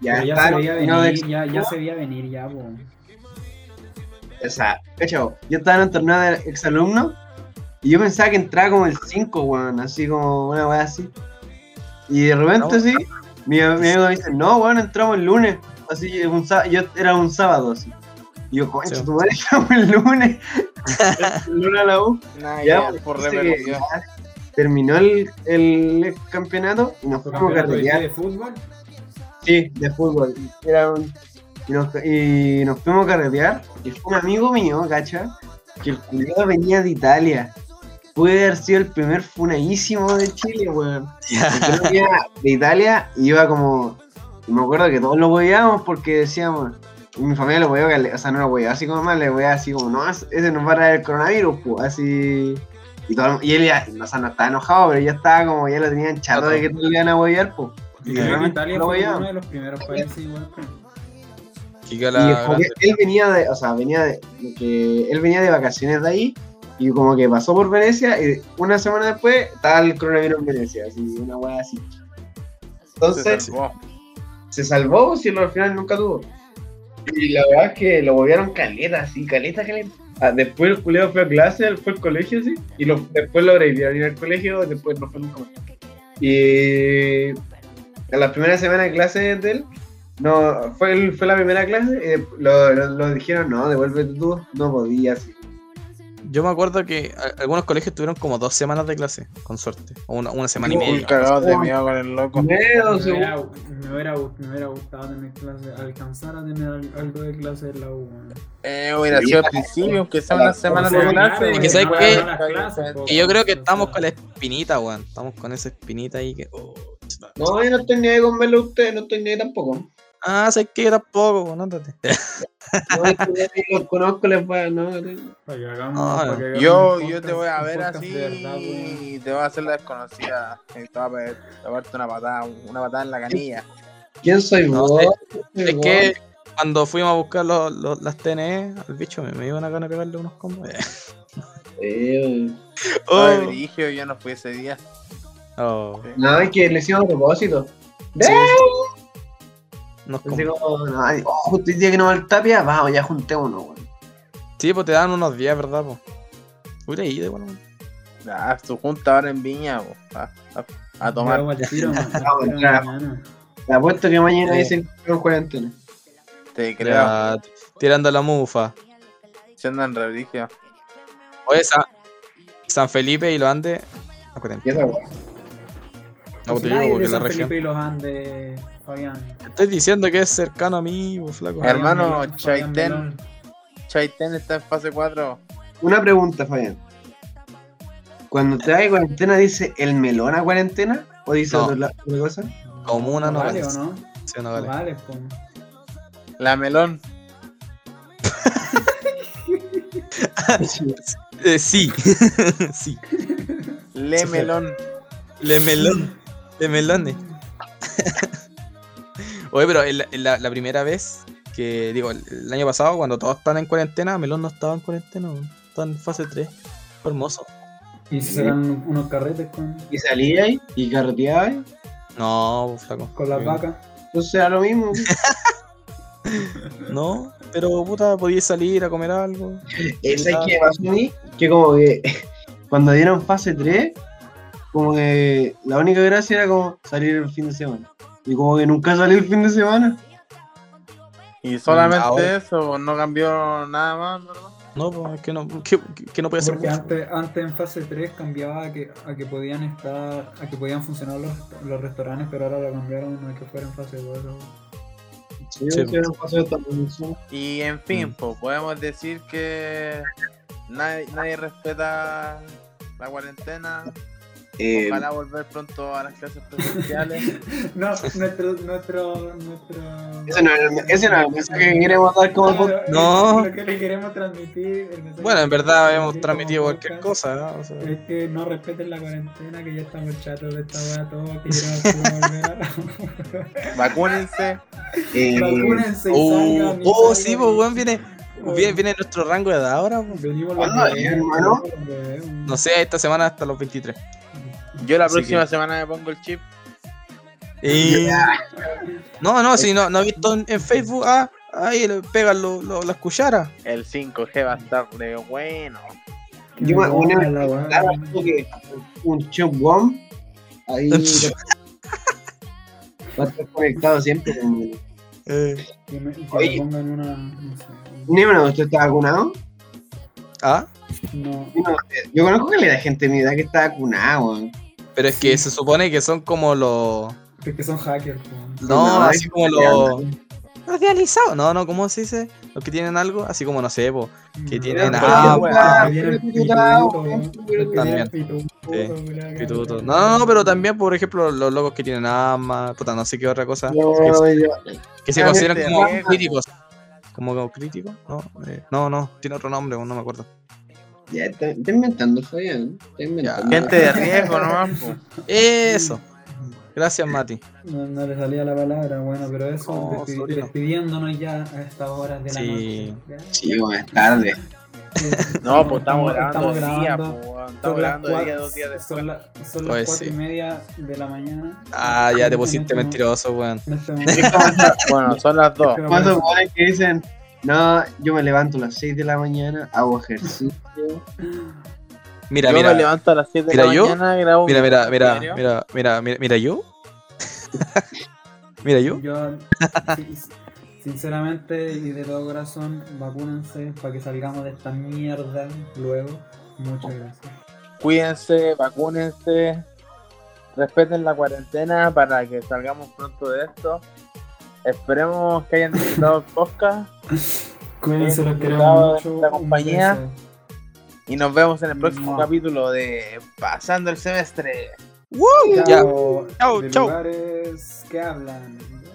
B: Ya,
H: Pero ya
B: estaba
H: se veía
B: terminado de
H: venir, ya, ya se veía venir, ya, po.
B: O sea, cachao, yo estaba en un torneo de exalumnos y yo pensaba que entraba como el 5, weón, así como una weá así. Y de repente,
E: No.
B: sí, mi, mi amigo me dice, no, weón, entramos el lunes. Así, un sá- yo era un sábado, así. Y yo, concha,
E: Sí.
B: tu madre, entramos el lunes. el lunes a la U.
C: Nada,
B: Ya,
C: ya,
H: pues,
C: por
B: dice que-
C: repercusión.
B: Terminó el, el campeonato y nos
H: Su
B: fuimos a
H: campeonato de
B: carretear.
H: de fútbol.
B: Sí, de fútbol. Era un- y, nos, y nos fuimos a carretear. Y fue un amigo mío, cacha, que el culiado venía de Italia. Puede haber sido el primer funaísimo de Chile, weón. Yo venía de Italia y iba como. y me acuerdo que todos lo hueveábamos porque decíamos. y mi familia lo hueveaba, o sea, no lo hueveaba así como mal, le hueveaba así como, no, ese nos va a traer el coronavirus, pues, así. Y, todo el- y él ya, o sea, no estaba enojado, pero ya estaba como, ya lo tenían chato de que todos le iban a huevear, pues. Y
H: Creo que
B: realmente
H: Italia
B: lo
H: fue
B: hueveaban.
H: uno de los primeros países igual.
E: Y que
B: Y
E: la-
B: como que él venía de, o sea, venía de, como que él venía de vacaciones de ahí y como que pasó por Venecia y una semana después estaba el coronavirus en Venecia, así, una weá así.
C: Se
B: Entonces
C: salvó.
B: se salvó, si lo- al final nunca tuvo. Y la verdad es que lo volvieron caleta, así, caleta, caleta. Ah, después el culeo fue a clase, él fue al colegio, así, y lo- después lo abrevieron ir al colegio, después no fue nunca más. Y a la primera semana de clases de él, no, fue, el- fue la primera clase, y de- lo, lo- lo dijeron, no, devuélvete tú, no podías.
E: Yo me acuerdo que a- algunos colegios tuvieron como dos semanas de clase, con suerte. O una, una semana y
B: Uy,
E: media.
C: cagados de miedo con el loco.
B: Miedo, seguro.
H: Me hubiera, me, hubiera, me hubiera gustado tener clase, alcanzar a tener al- algo de clase en la U. weón.
C: Eh, hubiera sido al principio, aunque sea una semana
H: Porque
C: de
H: se
C: clase.
H: ganaron,
E: que
H: se
E: ¿sabes
H: ganaron
E: qué?
H: las clases, po,
E: Y yo creo que
H: weón.
E: estamos con la espinita, weón. Estamos con esa espinita ahí que. oh, chuta.
B: No, yo no estoy ni ahí con verlo a usted, no estoy ni ahí tampoco.
E: Ah, sé que yo tampoco, weón. Ándate.
B: No, es que yo los conozco, les va, no.
H: Para que hagamos-
E: Ah,
H: para que hagamos
C: Yo,
H: un
C: yo te
H: podcast-
C: voy a
H: un
C: ver
H: podcast
C: así
H: de verdad, weón.
C: y te voy a hacer la desconocida. Y te voy a pe- te voy a darte una patada, una patada en la canilla.
B: ¿Quién soy
E: No,
B: vos?
E: es-
B: ¿Quién soy
E: Es
B: vos?
E: que cuando fuimos a buscar los- los- las TNE, al bicho me, me iban a ganar de pegarle unos combos.
B: Eh,
C: Todo
E: Oh.
C: de brigio, yo no fui ese día.
E: Oh,
B: No, es que le hicimos a propósito.
E: Sí.
B: ¡Eh!
E: unos
B: Así
E: combos.
B: como, no, ay, oh, justo el día que no va el tapia, vamos, ya junté uno, weón.
E: Sí, pues te dan unos días, ¿verdad, po? Hubiera ido, igual, weón.
C: Ah, su junta ahora en Viña, po, a, a- a tomar.
H: Yo hago el tiro, man,
B: Vamos,
H: el tiro
B: claro.
H: mañana.
B: Te apuesto que mañana
C: Sí.
B: dicen que en cuarentena.
C: Te creo,
E: Ya, t- Tirando la mufa.
C: se andan re brigio.
E: Oye, San, San Felipe y los Andes. No, cuarenta.
B: Y esa weón.
E: No,
H: Si
E: pues te digo,
H: nadie
E: porque
H: de
E: la
H: San
E: región.
H: Felipe y los Andes, Fabián.
E: Te Estoy diciendo que es cercano a mí, po, flaco.
C: Hermano,
H: Fabián Melón,
C: Chaitén.
H: Fabián Melón.
C: Chaitén está en fase 4.
B: Una pregunta, Fabián. Cuando te da cuarentena, ¿dice el melón a cuarentena? ¿O dice
E: No.
B: otra, la- otra cosa?
E: Comuna no
H: vale,
E: vale.
H: ¿o no? pues.
E: Sí, no
H: No
E: vale.
H: vale, po.
C: La melón.
E: Eh, sí. sí.
C: Le melón.
E: Le melón. Le melones. Oye, pero el- el- la, la primera vez que, digo, el, el año pasado, cuando todos estaban en cuarentena, Melón no estaba en cuarentena, weón. estaba en fase 3. Fue hermoso.
H: Y se dan unos carretes pues, con,
B: Y salía ahí, y carreteaba ahí.
E: No, flaco.
H: con las vacas.
B: Entonces era lo mismo.
E: No, pero puta, podías salir a comer algo.
B: Esa es que me pasó a mí, que como que cuando dieron fase 3, como que la única gracia era como salir el fin de semana. Y como que nunca salí el fin de semana.
H: Mm,
C: Y solamente
E: Ahora-
C: eso, po, no cambió nada más, ¿verdad?
E: No, pues, es que no, que, que- que no podía hacer
H: Porque
E: mucho.
H: antes, antes en fase 3 cambiaba a que, a que podían estar, a que podían funcionar los, los restaurantes, pero ahora lo cambiaron a que fuera en fase 4.
B: Sí,
E: Sí.
B: hicieron fase de transmisión.
C: Y en
E: Mm.
C: fin, po, podemos decir que nadie, nadie respeta la cuarentena.
B: Eh,
C: Ojalá volver pronto a las clases presenciales.
H: No, nuestro, nuestro, nuestro.
B: ese, no es el, ese no es el mensaje que queremos dar como podcast.
H: Claro,
E: No.
H: Lo que le queremos transmitir. el mensaje
E: Bueno, en
H: que
E: verdad
H: queremos
E: habíamos
H: transmitir
E: transmitido
H: como
E: cualquier
H: podcast
E: cosa, ¿no? O sea,
H: Es que no respeten la cuarentena, que ya estamos chatos de esta weá todos, que queremos todos volver a la-
C: Vacúnense.
B: Eh,
H: Vacúnense y
E: Oh,
H: salgan, y
E: oh, sí,
H: salgan,
E: pues,
H: y-
E: weón, viene, viene, viene nuestro rango de edad ahora. po.
H: Venimos
B: ¿Cuándo
H: los
B: es, Ah, hermano?
H: los bebés, un-
E: No sé, esta semana hasta los 23.
C: Yo la
E: Así
C: próxima
E: que-
C: semana me pongo el chip.
E: Y- Eh, No, no, si no, no he visto en, en Facebook, ah, ahí le pegan lo- lo- las cucharas.
C: El 5G va a estar de bueno.
H: que
B: Yo me
H: nos
B: una
H: baja
B: vez
H: la weá.
B: claro, como que un chop bomb ahí va a estar conectado siempre con el-
E: Eh,
H: Que me, que me
B: Oye.
H: pongan una. No sé.
B: Nemo, ¿usted está vacunado?
E: ah,
H: No.
B: Nemo, Yo conozco que le da gente de mi edad que está vacunado, weón.
E: pero es que se supone que son como los.
H: Porque son hackers, pues. po.
E: No,
B: No,
E: así
B: es
E: como
B: italiano.
E: los. Radicalizados, no, no, ¿cómo se dice? Los que tienen algo, así como no sé, po. Que tienen-
H: No,
E: ah,
H: los
B: weá.
H: Mm. que tienen pituto, los que tienen
E: También.
H: pituto, weá,
E: pituto.
H: que-
E: No, no, no, pero también, por ejemplo, los locos que tienen armas, puta, no sé qué otra cosa. que
B: No, yo-
E: Que se
C: Ah,
E: consideran
C: gente,
E: como
C: amigo.
E: críticos. ¿Como, como críticos? No, eh, no, no, tiene otro nombre, no me acuerdo.
B: Ya, está, está inventando, Fabián. Está inventando.
C: Gente de riesgo nomás.
E: pues.
C: po.
E: Eso. Gracias, Mati.
H: No, no le salía la palabra, bueno, pero eso,
E: No,
H: despi-
E: sorry, no.
H: despidiéndonos ya a estas horas de la
E: Sí.
H: noche.
B: Sí, buenas tardes.
H: Ya.
C: No, pues estamos grabando
H: Estamos
C: de día, po,
H: grabando.
C: weón. Estamos
H: Son las
C: grabando de día,
H: cuatro,
C: dos días después.
H: son la- son las
E: Pues
H: cuatro y
E: sí.
H: media de la mañana.
E: Ah, ya te
H: En
E: pusiste
H: este momento-
E: mentiroso, weón.
H: en este momento.
C: Bueno, son las dos.
H: Pero
B: ¿Cuántos
H: bueno,
B: weones que dicen? No, yo me levanto a las 6 de la mañana, hago ejercicio.
E: Mira,
C: yo
E: mira.
C: me levanto a las 7 de
E: Mira,
C: la
E: yo-
C: mañana, grabo.
E: Mira, mira, mira,
C: ¿Serio?
E: mira, mira, mira, mira yo. mira yo.
H: Yo, sin- sinceramente y de todo corazón, vacúnense para que salgamos de esta mierda luego. Muchas gracias.
C: Cuídense, vacúnense, respeten la cuarentena para que salgamos pronto de esto. Esperemos que hayan disfrutado el podcast
H: Cuídense,
C: Bravo,
H: los queremos mucho.
C: la
H: un
C: compañía.
H: beso.
C: y nos vemos en el próximo
H: Mua.
C: capítulo de Pasando el Semestre.
E: Ya.
H: Chao,
E: Chau,
H: de
E: chau.
H: lugares que hablan.